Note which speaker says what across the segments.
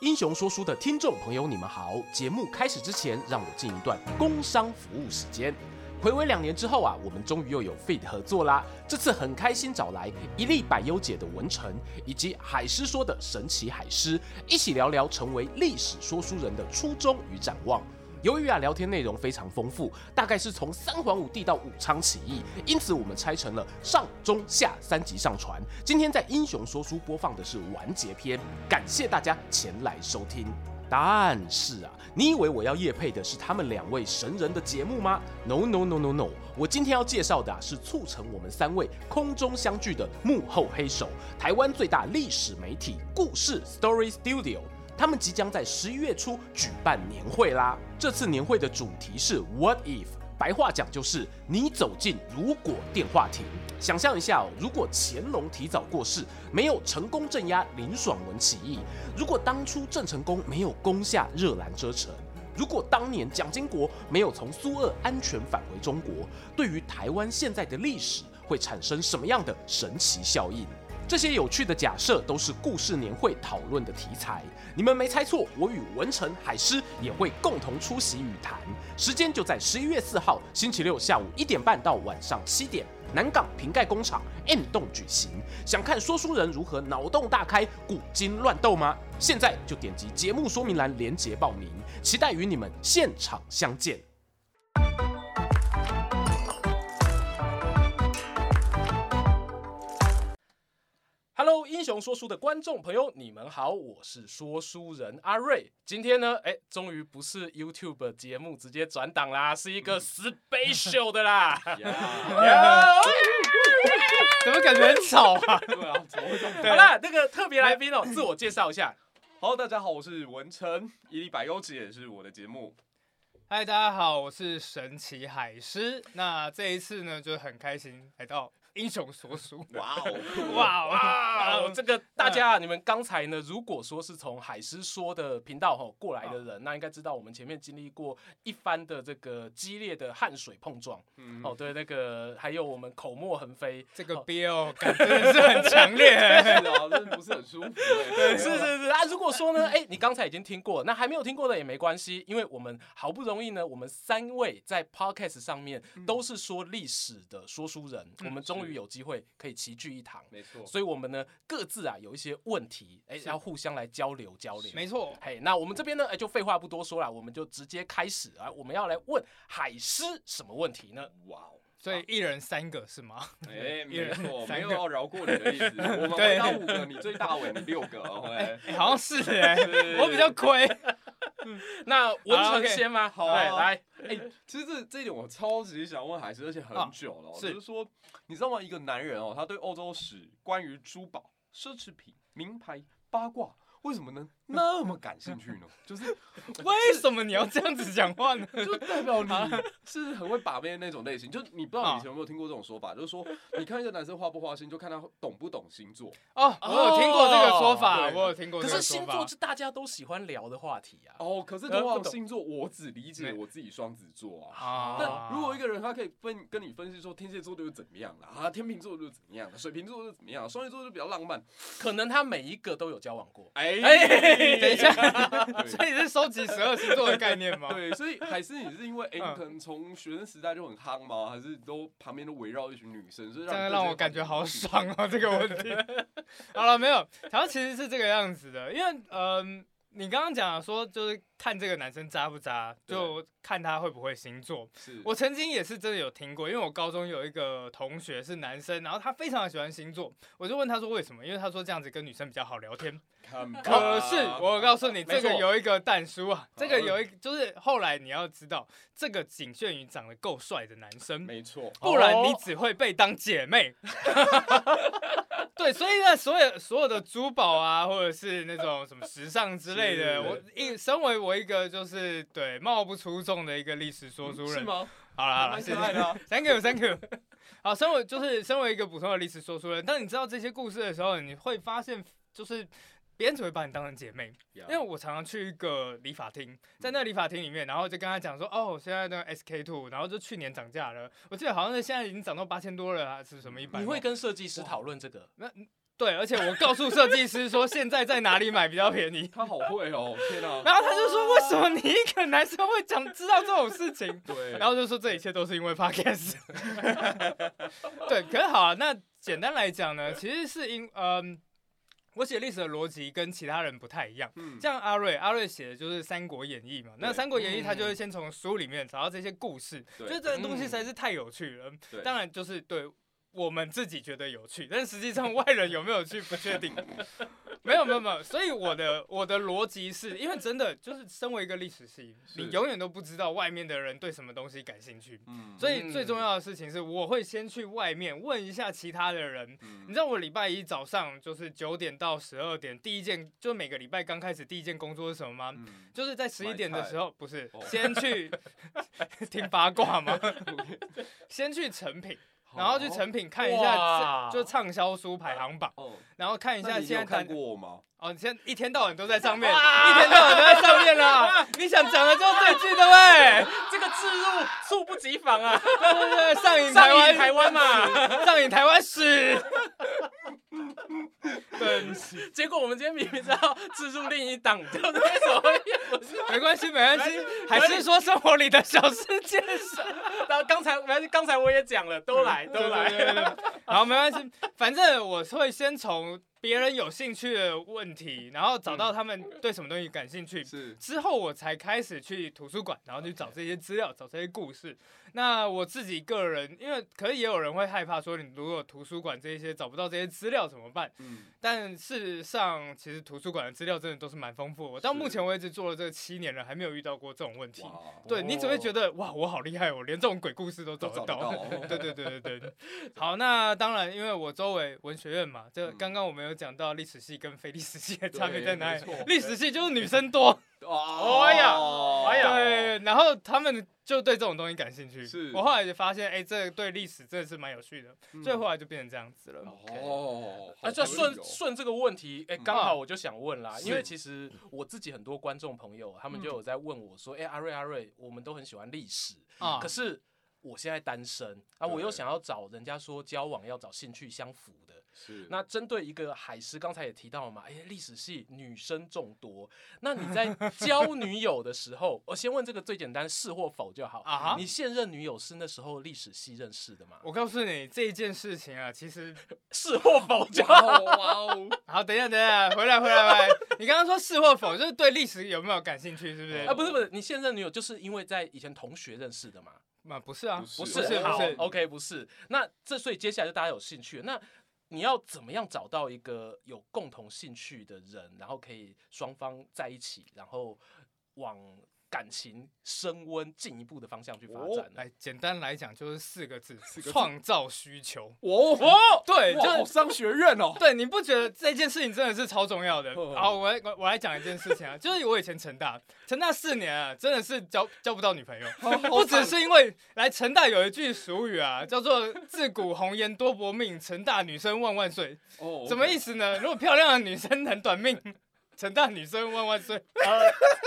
Speaker 1: 英雄说书的听众朋友，你们好！节目开始之前，让我进一段工商服务时间。回违两年之后啊，我们终于又有 Fit 合作啦！这次很开心找来一粒百优姐的文成，以及海狮说的神奇海狮，一起聊聊成为历史说书人的初衷与展望。由于啊聊天内容非常丰富，大概是从三皇五帝到武昌起义，因此我们拆成了上、中、下三集上传。今天在英雄说书播放的是完结篇，感谢大家前来收听。但是啊，你以为我要夜配的是他们两位神人的节目吗？No No No No No，我今天要介绍的啊是促成我们三位空中相聚的幕后黑手——台湾最大历史媒体故事 Story Studio。他们即将在十一月初举办年会啦。这次年会的主题是 “What if”，白话讲就是你走进如果电话亭。想象一下哦，如果乾隆提早过世，没有成功镇压林爽文起义；如果当初郑成功没有攻下热兰遮城。如果当年蒋经国没有从苏俄安全返回中国，对于台湾现在的历史会产生什么样的神奇效应？这些有趣的假设都是故事年会讨论的题材。你们没猜错，我与文成、海狮也会共同出席语谈，时间就在十一月四号星期六下午一点半到晚上七点，南港瓶盖工厂 M 栋举行。想看说书人如何脑洞大开、古今乱斗吗？现在就点击节目说明栏连结报名，期待与你们现场相见。Hello，英雄说书的观众朋友，你们好，我是说书人阿瑞。今天呢，哎，终于不是 YouTube 节目直接转档啦，是一个 special 的啦。
Speaker 2: 怎么感觉很吵啊？
Speaker 3: 对啊，怎么会这样？
Speaker 1: 好啦，那个特别来宾哦，自我介绍一下。
Speaker 3: Hello，大家好，我是文成，伊利百优姐也是我的节目。
Speaker 2: 嗨，大家好，我是神奇海狮。那这一次呢，就很开心来到英雄所属。
Speaker 3: 哇哦，
Speaker 2: 哇哇！
Speaker 1: 啊，这个大家啊，你们刚才呢，如果说是从海狮说的频道吼过来的人，那应该知道我们前面经历过一番的这个激烈的汗水碰撞。
Speaker 3: 嗯
Speaker 1: 哦，对，那个还有我们口沫横飞，
Speaker 2: 这个 BL 感真的是很强烈。
Speaker 3: 是啊，真的不是很舒服欸。
Speaker 1: 是是是啊！如果说呢，哎、你刚才已经听过，那还没有听过的也没关系，因为我们好不容易呢，我们三位在 podcast 上面
Speaker 4: 嗯
Speaker 1: 都是说历史的说书人，我们终于
Speaker 3: 是
Speaker 1: 有机会可以齐聚一堂，
Speaker 3: 没错，
Speaker 1: 所以我们呢各自啊有一些问题，哎、要互相来交流交流。
Speaker 2: 没错，
Speaker 1: 嘿，那我们这边呢，哎、就废话不多说了，我们就直接开始啊！我们要来问海狮什么问题呢？
Speaker 3: 哇哦，
Speaker 2: 所以一人三个是吗？
Speaker 3: 哎，
Speaker 2: 一
Speaker 3: 没
Speaker 2: 人
Speaker 3: 错，
Speaker 2: 三
Speaker 3: 没
Speaker 2: 个
Speaker 3: 有要饶过你的意 思。我们回答五个，你最大尾，你六个，OK。哦
Speaker 2: 哎好像是哎，
Speaker 3: 是
Speaker 2: 我比较亏。
Speaker 1: 那文
Speaker 2: 好
Speaker 1: 成
Speaker 2: ，OK
Speaker 1: 先吗？
Speaker 3: 好啊
Speaker 1: 哎来，
Speaker 3: 哎、其实这这一点我超级想问海狮，而且很久了哦、
Speaker 2: 是
Speaker 3: 就是说，你知道吗？一个男人哦，他对欧洲史、关于珠宝、奢侈品、名牌、八卦，为什么能那么感兴趣呢？ 就是
Speaker 2: 为什么你要这样子讲话呢？
Speaker 3: 就代表你是很会把妹的那种类型。就你不知
Speaker 2: 啊
Speaker 3: 道你以前有没有听过这种说法，就是 说，你看一个男生花不花心，就看他懂不懂星座。
Speaker 2: 哦，我有听过这个说法，
Speaker 3: 哦对
Speaker 2: 我有听过
Speaker 1: 可
Speaker 2: 这个
Speaker 1: 是星
Speaker 2: 说
Speaker 1: 座
Speaker 2: 法。
Speaker 1: 是大家都喜欢聊的话题啊。
Speaker 3: 哦，可是
Speaker 1: 呃
Speaker 3: 通
Speaker 1: 不
Speaker 3: 往
Speaker 1: 懂
Speaker 3: 星座，我只理解
Speaker 2: 没
Speaker 3: 我自己双子座啊。
Speaker 2: 啊
Speaker 3: 但如果一个人他可以分跟你分析说天蝎座就是怎么样啦，啊天秤座就是怎么样啦，水瓶座就是怎么样啦，双鱼座就比较浪漫。
Speaker 1: 可能他每一个都有交往过。
Speaker 3: 哎，
Speaker 1: 哎
Speaker 2: 等一下，所
Speaker 3: 对
Speaker 2: 以是收集十二星座的概念吗？
Speaker 3: 对，所以海狮你是 因为哎，
Speaker 2: 嗯
Speaker 3: 你可能从学生时代就很夯吗？还是都旁边都围绕一群女生，所以
Speaker 2: 真的
Speaker 3: 你对
Speaker 2: 让
Speaker 3: 这
Speaker 2: 我
Speaker 3: 个
Speaker 2: 感觉
Speaker 3: 话题
Speaker 2: 好
Speaker 3: 有兴趣
Speaker 2: 爽 哦，这个问题。好了，没有，然后其实是这个样子的，因为嗯、你刚刚讲说就是看这个男生渣不渣，
Speaker 3: 对
Speaker 2: 就看他会不会星座。
Speaker 3: 是
Speaker 2: 我曾经也是真的有听过，因为我高中有一个同学是男生，然后他非常的喜欢星座，我就问他说为什么，因为他说这样子跟女生比较好聊天。
Speaker 3: 看吧
Speaker 2: 可是
Speaker 3: 啊
Speaker 2: 我告诉
Speaker 3: 没
Speaker 2: 你，这个
Speaker 3: 错嗯
Speaker 2: 有一个蛋叔啊，这个有一就是后来你要知道，这个仅限于长得够帅的男生。
Speaker 3: 没错，
Speaker 2: 不然你
Speaker 1: 哦
Speaker 2: 只会被当姐妹。对，所以呢，所有所有的珠宝啊，或者是那种什么时尚之类的，
Speaker 3: 是
Speaker 2: 我一身为我一个就是对貌不出众的一个历史说书
Speaker 3: 是
Speaker 2: 人，
Speaker 3: 吗？
Speaker 2: 好了好了，
Speaker 3: 蛮
Speaker 2: 谢
Speaker 3: 可
Speaker 2: 谢
Speaker 3: 爱的啊。
Speaker 2: ，Thank you，Thank you。好，身为就是身为一个普通的历史说书人，当你知道这些故事的时候，你会发现就是。别人只会把你当成姐妹，
Speaker 3: 啊
Speaker 2: 因为我常常去一个理发厅，在那理发厅里面，然后就跟他讲说，哦，现在那个 SK two，然后就去年涨价了，我记得好像是现在已经涨到八千多了啊，是什么一百？
Speaker 1: 你会跟设计师讨论这个？
Speaker 2: 那对，而且我告诉设计师说现在在哪里买比较便宜，
Speaker 3: 他好会哦，天哪、
Speaker 2: 然后他就说为什么你一个男生会讲知道这种事情？
Speaker 3: 对，
Speaker 2: 然后就说这一切都是因为 podcast。对，可是好啊，那简单来讲呢，其实是因嗯、我写历史的逻辑跟其他人不太一样。
Speaker 3: 嗯
Speaker 2: 像阿瑞，阿瑞写的就是《三国演义》嘛，那《
Speaker 3: 对
Speaker 2: 三国演义》他就
Speaker 4: 嗯
Speaker 2: 会先从书里面找到这些故事，
Speaker 3: 对
Speaker 2: 就是这个东
Speaker 4: 嗯
Speaker 2: 西实在是太有趣了。
Speaker 3: 对
Speaker 2: 当然就是对我们自己觉得有趣，但实际上外人有没有趣不确定。 没有没有没有，所以我的我的逻辑是因为真的就是身为一个历史系，
Speaker 3: 是
Speaker 2: 你永远都不知道外面的人对什么东西感兴趣。
Speaker 3: 嗯
Speaker 2: 所
Speaker 3: 以
Speaker 2: 以最重要的事情是，我会先去外面问一下其他的人。
Speaker 3: 你
Speaker 2: 你知道我礼拜一早上就是九点到十二点，第一件就每个礼拜刚开始第一件工作是什么吗？
Speaker 3: 嗯，
Speaker 2: 就是在十一点的时候，不是
Speaker 3: 哦
Speaker 2: 先去听八卦吗？先去成品，然后去
Speaker 3: 成
Speaker 2: 成品看一下
Speaker 4: 哇
Speaker 2: 这，就畅销书排行榜，
Speaker 3: 哦，
Speaker 2: 然后看一
Speaker 3: 那
Speaker 2: 下
Speaker 3: 你有
Speaker 2: 现在大
Speaker 3: 看
Speaker 2: 家
Speaker 3: 过啊吗？
Speaker 2: 哦，你现在一天到晚都在上面，
Speaker 4: 哇
Speaker 2: 一天到晚都在上面啦。你想讲的就是这句对不对？
Speaker 4: 这个置入猝不及防啊！
Speaker 2: 对对对，上瘾台
Speaker 4: 上
Speaker 2: 湾
Speaker 4: 瘾台湾嘛，
Speaker 2: 上瘾台湾史。对，
Speaker 4: 结果我们今天明明知道置入另一档， 就是为什么又不是？
Speaker 2: 没关系，没关系，还是说生活里的小事件是。
Speaker 4: 然后刚才，反正刚才我也讲了，都来都
Speaker 2: 对对对
Speaker 4: 来。
Speaker 2: 对对好，没关系，反正我会先从别人有兴趣的问题，然后找到他们对什么东西感兴趣，
Speaker 3: 是
Speaker 2: 之后我才开始去图书馆，然后去找这些资料，找这些故事。那我自己个人，因为可能也有人会害怕说，你如果图书馆这一些找不到这些资料怎么办？
Speaker 3: 嗯
Speaker 2: 但事实上，其实图书馆的资料真的都是蛮丰富的。我到
Speaker 3: 是
Speaker 2: 目前为止做了这七年了，还没有遇到过这种问题。
Speaker 3: 哇，
Speaker 2: 对你只会觉
Speaker 4: 哦
Speaker 2: 得哇，我好厉害，我连这种鬼故事都
Speaker 3: 都
Speaker 2: 找得
Speaker 3: 找得
Speaker 2: 到。
Speaker 3: 到，
Speaker 2: 对对对对 对，好，那当然，因为我周围文学院嘛，这
Speaker 3: 嗯
Speaker 2: 刚刚我们有讲到历史系跟非历史系的差别在哪里
Speaker 3: 对没错。
Speaker 2: 历史系就是女生多，
Speaker 3: 哦
Speaker 4: 哎呀哎呀
Speaker 2: 对，然后他们就对这种东西感兴趣。
Speaker 3: 是
Speaker 2: 我后来就发现，哎、这对历史真的是蛮有趣的，
Speaker 3: 嗯
Speaker 2: 所以后啊来就变成这样子了。
Speaker 3: 哦，
Speaker 4: 那
Speaker 3: 这
Speaker 4: 这顺顺这个问题，哎、
Speaker 3: 嗯啊
Speaker 4: 刚好我就想问啦，
Speaker 3: 是
Speaker 4: 因为其实我自己很多观众朋友，他们就
Speaker 2: 嗯
Speaker 4: 有在问我说，哎、阿瑞阿瑞，我们都很喜欢历史，
Speaker 2: 啊
Speaker 4: 可是我现在单身啊，
Speaker 3: 对
Speaker 4: 我又想要找人家说交往要找兴趣相符的。
Speaker 3: 是
Speaker 4: 那针对一个海狮，刚才也提到了嘛，哎、历史系女生众多，那你 在交女友的时候，我先问这个最简单是或否就好。
Speaker 2: 啊哈
Speaker 4: 你现任女友是那时候历史系认识的吗？
Speaker 2: 我告诉你这一件事情啊，其实
Speaker 4: 是或否就好。
Speaker 3: 哦哇 哦，
Speaker 2: 好，等一下，等一下，回来，回来，回来。你刚刚说是或否，就是对历史有没有感兴趣，是
Speaker 3: 哦
Speaker 2: 不是？
Speaker 4: 啊，不是不是，你现任女友就是因为在以前 同学认识的嘛？
Speaker 2: 啊，不是啊，
Speaker 3: 不
Speaker 4: 不
Speaker 3: 是
Speaker 4: 是，
Speaker 2: 不是，
Speaker 4: 好
Speaker 2: 不是。
Speaker 4: ，OK，不是。那这所以接下来就大家有兴趣了，那你要怎么样找到一个有共同兴趣的人，然后可以双方在一起，然后往感情升温进一步的方向去发展呢？
Speaker 2: 来，简单来讲就是四个字：
Speaker 3: 个字
Speaker 2: 创造需求。
Speaker 3: 哦，
Speaker 2: 对，
Speaker 3: 哇，好
Speaker 2: 就是
Speaker 3: 商学院哦，
Speaker 2: 对，你不觉得这件事情真的是超重要的？
Speaker 3: 哦
Speaker 2: 好，我来我我来讲一件事情啊，就是我以前成大，成大四年啊，真的是交交不到女朋友，不只是因为来成大有一句俗语啊，叫做“自古红颜多薄命，成大女生万万岁”。
Speaker 3: 哦，
Speaker 2: 什么意
Speaker 3: 思？
Speaker 2: 思呢？如果漂亮的女生很短命， 成大女生万万岁。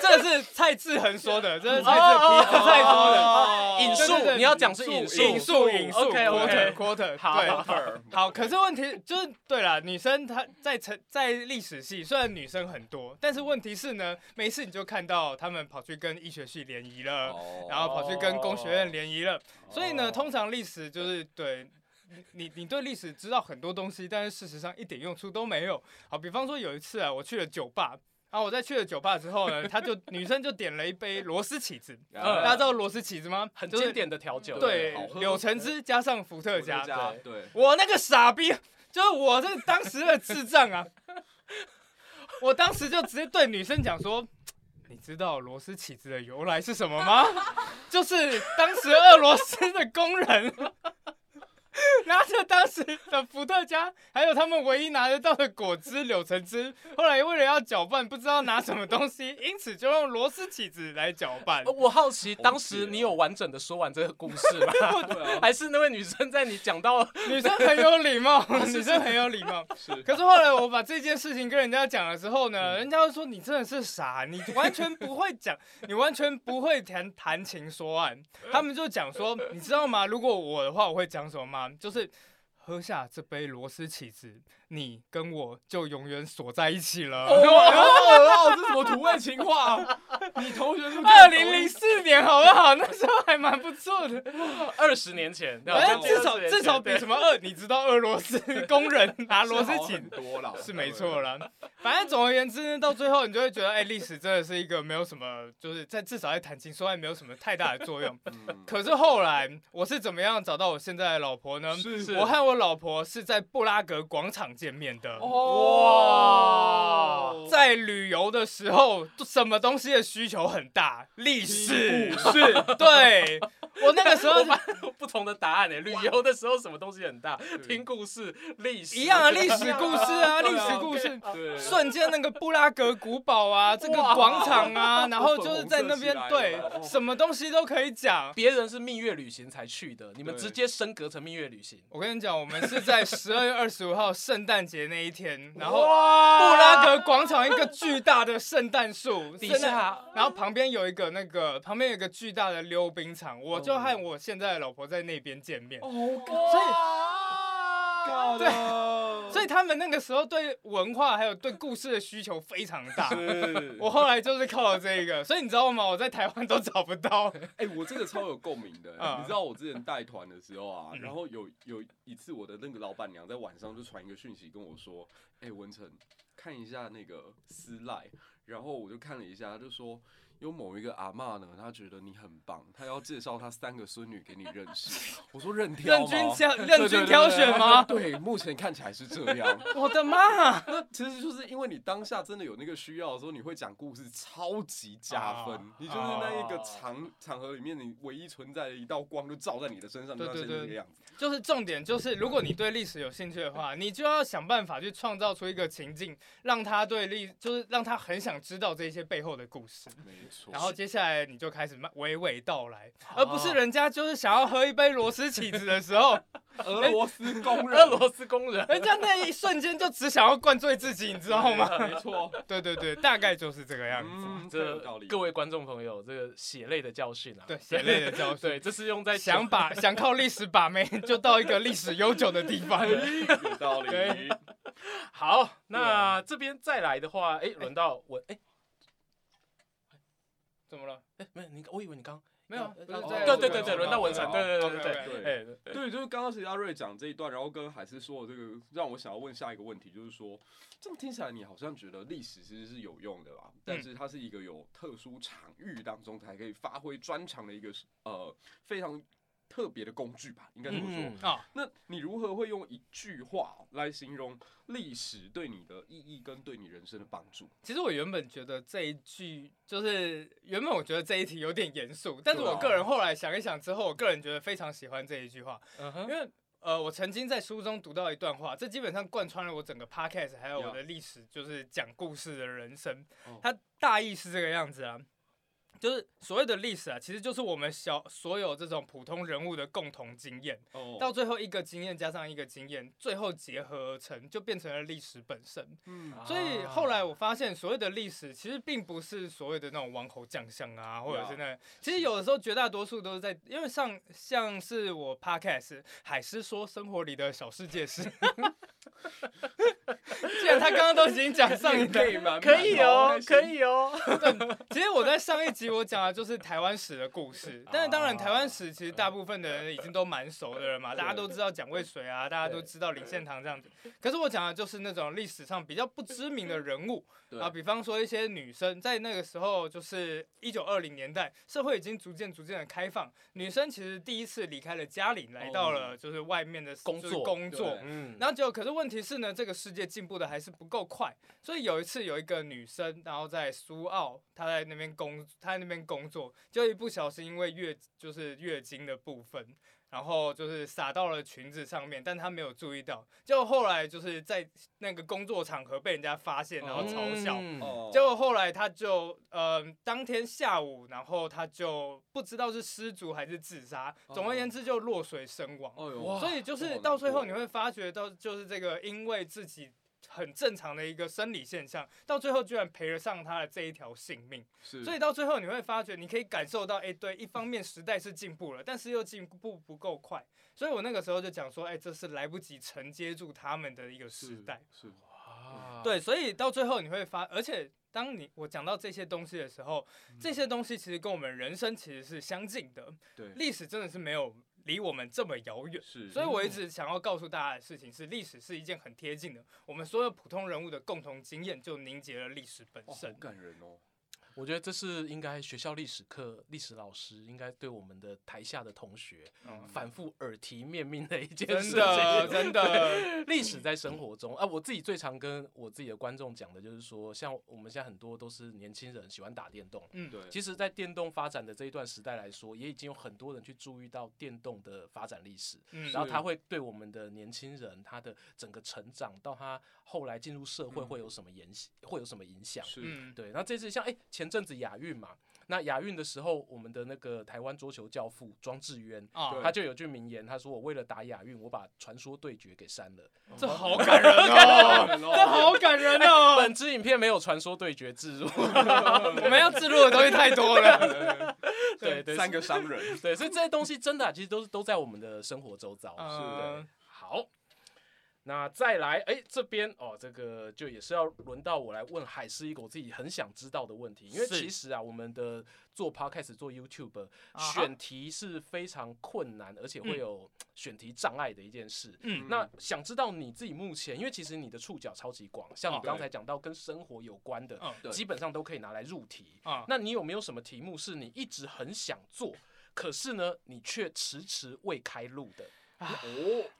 Speaker 2: 这是蔡志恒说的，这是蔡志皮特蔡说的。
Speaker 3: 哦
Speaker 4: 引
Speaker 2: 对对
Speaker 4: 述
Speaker 2: 对
Speaker 4: 你要讲是引
Speaker 3: 引
Speaker 4: 述，
Speaker 2: 引述引述
Speaker 4: OK，OK
Speaker 2: quarter quarter
Speaker 4: 好
Speaker 2: 对
Speaker 4: 好
Speaker 2: 好，可是问题就是对了，女生她在成在历史系，虽然女生很多，但是问题是呢，没事你就看到她们跑去跟医学系联谊了，
Speaker 3: 哦
Speaker 2: 然后跑去跟工学院联谊了，所以呢，通常历史就是对。你你你对历史知道很多东西，但是事实上一点用处都没有。好，比方说有一次啊，我去了酒吧，然后我在去了酒吧之后呢，他就女生就点了一杯螺丝起子，
Speaker 4: 呃
Speaker 3: 嗯
Speaker 2: 大家知道螺丝起子吗？
Speaker 4: 很
Speaker 2: 就是
Speaker 4: 经典的调酒，
Speaker 2: 对
Speaker 3: 好喝
Speaker 2: 柳橙汁加上伏特加，
Speaker 4: 加
Speaker 3: 对对，
Speaker 2: 我那个傻逼，就是我这当时的智障啊！我当时就直接对女生讲说：“你知道螺丝起子的由来是什么吗？就是当时俄罗斯的工人。” 拿着当时的伏特加，还有他们唯一拿得到的果汁柳橙汁，后来为了要搅拌，不知道拿什么东西，因此就用螺丝起子来搅拌
Speaker 4: 呃。我好奇，
Speaker 3: 解
Speaker 4: 当时你有完整的说完这个故事吗？
Speaker 3: 对啊，
Speaker 4: 还是那位女生在你讲到
Speaker 2: 女生很有礼貌，女生很有礼貌。
Speaker 3: 哦 是嗯
Speaker 2: 可是后来我把这件事情跟人家讲了之后呢，人家就说你真的是傻，你完全不会讲，你完全不会谈谈情说爱。
Speaker 3: 嗯
Speaker 2: 他们就讲说，你知道吗？如果我的话，我会讲什么吗？就是喝下这杯螺丝起子，你跟我就永远锁在一起了。
Speaker 3: 哦， 好恶哦，这是什么土味情话啊？你同学是
Speaker 2: 二零零四年好不好？那时候还蛮不错的，
Speaker 4: 二十年前，对吧
Speaker 2: 反正
Speaker 4: 就是
Speaker 2: 至少
Speaker 4: 20年前
Speaker 2: 至少比
Speaker 4: 对
Speaker 2: 什么俄，你知道俄 罗斯工人拿螺丝
Speaker 3: 好
Speaker 2: 起
Speaker 3: 很多 啦，
Speaker 2: 是没错啦。反正总而言之呢，到最后你就会觉得，哎、历史真的是一个没有什么，就是在至少在谈情说爱没有什么太大的作用。
Speaker 3: 嗯。
Speaker 2: 可是后来我是怎么样找到我现在的老婆呢？
Speaker 3: 是
Speaker 2: 我和我老婆是在布拉格广场见面的。
Speaker 3: 哦，
Speaker 2: 在旅游的时候，什么东西的需求很大？历史是，对 我那个时候
Speaker 4: 不同的答案欸呢、旅游的时候什么东西很大，听故事、历史
Speaker 2: 一样啊，历 史故事 啊，
Speaker 3: 对
Speaker 2: 历
Speaker 3: 啊
Speaker 2: 史故事。
Speaker 3: 对，
Speaker 2: 瞬间那个布拉格古堡啊，这个广场啊，然后就是在那边
Speaker 3: 粉红色起
Speaker 2: 对
Speaker 3: 来了
Speaker 2: 什么东西都可以讲。
Speaker 4: 别人是蜜月旅行才去的，你们
Speaker 3: 对
Speaker 4: 直接升格成蜜月旅行。
Speaker 2: 我跟你讲，我们是在十二月二十五号圣诞节那一天，然后布
Speaker 4: 哇
Speaker 2: 拉格广场一个巨大的圣诞树
Speaker 4: 底，
Speaker 2: 圣诞
Speaker 4: 下
Speaker 2: 然后旁边有一个那个旁边有一个巨大的溜冰场，我就和我现在的老婆在那边见面。
Speaker 3: 哦
Speaker 2: 所以
Speaker 3: 尬的，
Speaker 2: 所以他们那个时候对文化还有对故事的需求非常大。
Speaker 3: 是
Speaker 2: 我后来就是靠了这个，所以你知道吗？我在台湾都找不到。
Speaker 3: 哎、我这个超有共鸣的、
Speaker 2: 嗯
Speaker 3: 你知道我之前带团的时候啊，
Speaker 2: 嗯
Speaker 3: 然后有有一次我的那个老板娘在晚上就传一个讯息跟我说，哎、文成看一下那个私赖，然后我就看了一下，她就说有某一个阿嬷呢，她觉得你很棒，她要介绍她三个孙女给你认识。我说任挑
Speaker 2: 任
Speaker 3: 吗？
Speaker 2: 君挑任
Speaker 3: 对
Speaker 2: 君挑选吗？？
Speaker 3: 对对对对对，目前看起来是这样。
Speaker 2: 我的妈！
Speaker 3: 那其实就是因为你当下真的有那个需要的时候，你会讲故事，超级加分。
Speaker 2: 啊
Speaker 3: 你就是那一个场、场合里面，你唯一存在的一道光，就照在你的身上，
Speaker 2: 对
Speaker 3: 就像现
Speaker 2: 对
Speaker 3: 在这
Speaker 2: 对
Speaker 3: 个样子。
Speaker 2: 就是重点就是，如果你对历史有兴趣的话，你就要想办法去创造出一个情境，让他对历，就是让他很想知道这些背后的故事。
Speaker 3: 没错
Speaker 2: 然后接下来你就开始慢娓娓道来，而不是人家就是想要喝一杯螺丝起子的时候，
Speaker 3: 哎俄罗斯工 人，
Speaker 4: 俄 罗斯工人，
Speaker 2: 人家那一瞬间就只想要灌醉自己，你知道吗？
Speaker 3: 没错，
Speaker 2: 对对对，大概就是这个样子。
Speaker 3: 嗯，这有
Speaker 4: 这
Speaker 3: 道理。
Speaker 4: 各位观众朋友，这个血泪的教训啊，
Speaker 2: 对，血泪的教训。
Speaker 4: 对，这是用在
Speaker 2: 想把想靠历史把妹，就到一个历史悠久的地方。
Speaker 3: 有道理，
Speaker 2: 对
Speaker 4: 好，
Speaker 3: 啊
Speaker 4: 那这边再来的话，哎，轮到我，哎
Speaker 2: 怎么了？
Speaker 4: 哎，没有你，我以为你刚
Speaker 2: 没有，
Speaker 4: 对
Speaker 2: 不是在
Speaker 4: 哦对对对对，
Speaker 3: 哦
Speaker 4: 轮到文成，
Speaker 3: 哦
Speaker 4: 对对对
Speaker 2: OK，OK
Speaker 4: 对对对，哎，
Speaker 3: 对，就是刚刚其实阿瑞讲这一段，然后跟海思说的这个，让我想要问下一个问题，就是说，这样听起来你好像觉得历史其实是有用的啦，但是它是一个有特殊场域当中才可以发挥专长的一个呃非常特别的工具吧，应该这么说。
Speaker 4: 嗯，
Speaker 2: 啊，
Speaker 3: 那你如何会用一句话来形容历史对你的意义跟对你人生的帮助？
Speaker 2: 其实我原本觉得这一句就是原本我觉得这一题有点严肃，但是
Speaker 3: 对啊
Speaker 2: 我个人后来想一想之后，我个人觉得非常喜欢这一句话，
Speaker 4: 嗯
Speaker 2: 因
Speaker 4: 哼，
Speaker 2: 为呃，我曾经在书中读到一段话，这基本上贯穿了我整个 podcast，还有我的历史，就是讲故事的人生
Speaker 3: 哦。
Speaker 2: 它大意是这个样子啊，就是所谓的历史啊，其实就是我们小所有这种普通人物的共同经验。
Speaker 3: 哦
Speaker 2: 到最后一个经验加上一个经验，最后结合而成，就变成了历史本身。
Speaker 3: 嗯
Speaker 2: 所以
Speaker 4: 啊
Speaker 2: 后来我发现，所谓的历史其实并不是所谓的那种王侯将相啊，或者是那，其实有的时候绝大多数都是在，因为像像是我 podcast 海狮说生活里的小世界是， 既然他刚刚都已经讲上一
Speaker 3: 可
Speaker 2: 代，
Speaker 3: 以吗？
Speaker 4: 可以哦，可以哦，
Speaker 2: 其实我在上一集我讲的就是台湾史的故事，但是当然台湾史其实大部分的人已经都蛮熟的了嘛，大家都知道蒋渭水啊，大家都知道林献堂这样子。可是我讲的就是那种历史上比较不知名的人物
Speaker 3: 对
Speaker 2: 啊，比方说一些女生，在那个时候就是一九二零年代，社会已经逐渐逐渐的开放，女生其实第一次离开了家里，来到了就是外面的
Speaker 4: 工
Speaker 2: 就是
Speaker 4: 作
Speaker 2: 工作
Speaker 3: 对。
Speaker 4: 嗯，
Speaker 2: 然后结果，可是问题是呢，这个世界进步的还是不够快。所以有一次有一个女生，然后在苏澳，她在那边工，她在那边工作，就一不小心因为月就是月经的部分，然后就是洒到了裙子上面，但她没有注意到，就后来就是在那个工作场合被人家发现，然后嘲笑。
Speaker 4: 嗯
Speaker 3: 哦
Speaker 2: 结果后来他就，呃，当天下午，然后他就不知道是失足还是自杀，总而言之就落水身亡。
Speaker 3: 哦哟，
Speaker 4: 哇
Speaker 2: 所以就
Speaker 3: 这好
Speaker 2: 是
Speaker 3: 难
Speaker 2: 到最后
Speaker 3: 过
Speaker 2: 你会发觉到，就是这个因为自己很正常的一个生理现象，到最后居然赔了上他的这一条性命。
Speaker 3: 是，
Speaker 2: 所以到最后你会发觉，你可以感受到，哎、对，一方面时代是进步了，但是又进步不够快。所以我那个时候就讲说，哎、这是来不及承接住他们的一个时代。
Speaker 3: 是
Speaker 4: 啊，
Speaker 2: 对，所以到最后你会发，而且当你我讲到这些东西的时候，
Speaker 3: 嗯
Speaker 2: 这些东西其实跟我们人生其实是相近的，
Speaker 3: 对
Speaker 2: 历史真的是没有离我们这么遥远。
Speaker 3: 是，
Speaker 2: 所以我一直想要告诉大家的事情是，历史是一件很贴近的，我们所有普通人物的共同经验就凝结了历史本
Speaker 3: 哇，好
Speaker 2: 身。
Speaker 3: 感人哦，
Speaker 4: 我觉得这是应该学校历史课历史老师应该对我们的台下的同学
Speaker 2: 嗯
Speaker 4: 反复耳提面命的一件事
Speaker 2: 真
Speaker 4: 情。
Speaker 2: 的，真的，
Speaker 4: 历史在生活中啊，我自己最常跟我自己的观众讲的就是说，像我们现在很多都是年轻人喜欢打电动。
Speaker 2: 嗯，
Speaker 3: 对，
Speaker 4: 其实，在电动发展的这一段时代来说，也已经有很多人去注意到电动的发展历史，
Speaker 2: 嗯
Speaker 4: 然后它会对我们的年轻人他的整个成长到他后来进入社会
Speaker 3: 嗯
Speaker 4: 会有什么影响，会有什么影响？
Speaker 3: 是
Speaker 2: 嗯，
Speaker 4: 对，那这次像哎、前阵子亚运嘛，那亚运的时候，我们的那个台湾桌球教父庄智渊，
Speaker 2: 啊，
Speaker 4: 他就有句名言，他说：“我为了打亚运，我把传说对决给删了。
Speaker 3: 嗯
Speaker 2: 这好感人哦， 这好感人哦
Speaker 4: 本，支影片没有传说对决置入，
Speaker 2: 我们要记录的东西太多 了。
Speaker 4: 对对
Speaker 3: 三个商人，
Speaker 4: 对，所以这些东西真的啊、其实都是都在我们的生活周遭。
Speaker 2: 嗯，
Speaker 4: 好，那再来，哎、这边哦，这个就也是要轮到我来问海狮一个我自己很想知道的问题，因为
Speaker 2: 是
Speaker 4: 其实啊，我们的做 podcast 做 YouTube
Speaker 2: 啊哈
Speaker 4: 选题是非常困难，而且会有选题障碍的一件事。
Speaker 2: 嗯
Speaker 4: 那想知道你自己目前，因为其实你的触角超级广，像你
Speaker 2: 哦
Speaker 4: 刚才讲到跟生活有关的，
Speaker 2: 嗯
Speaker 3: 对
Speaker 4: 基本上都可以拿来入题。
Speaker 2: 啊，
Speaker 4: 那你有没有什么题目是你一直很想做，可是呢，你却迟迟未开录的？
Speaker 3: 哦，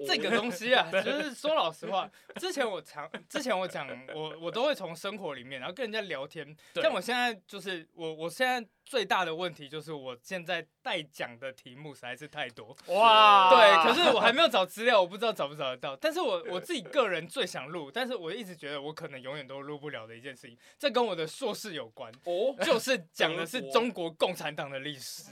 Speaker 2: 这个东西啊，就是说老实话，之前我常之前我讲我我都会从生活里面，然后跟人家聊天。
Speaker 4: 对
Speaker 2: 但我现在就是我我现在最大的问题就是我现在待讲的题目实在是太多。
Speaker 3: 啊
Speaker 4: 哇
Speaker 2: 对，可是我还没有找资料，我不知道找不找得到。但 是我我自己个人最想录，但是我一直觉得我可能永远都录不了的一件事情，这跟我的硕士有关，
Speaker 3: 哦，
Speaker 2: 就是讲的是中国共产党的 历史，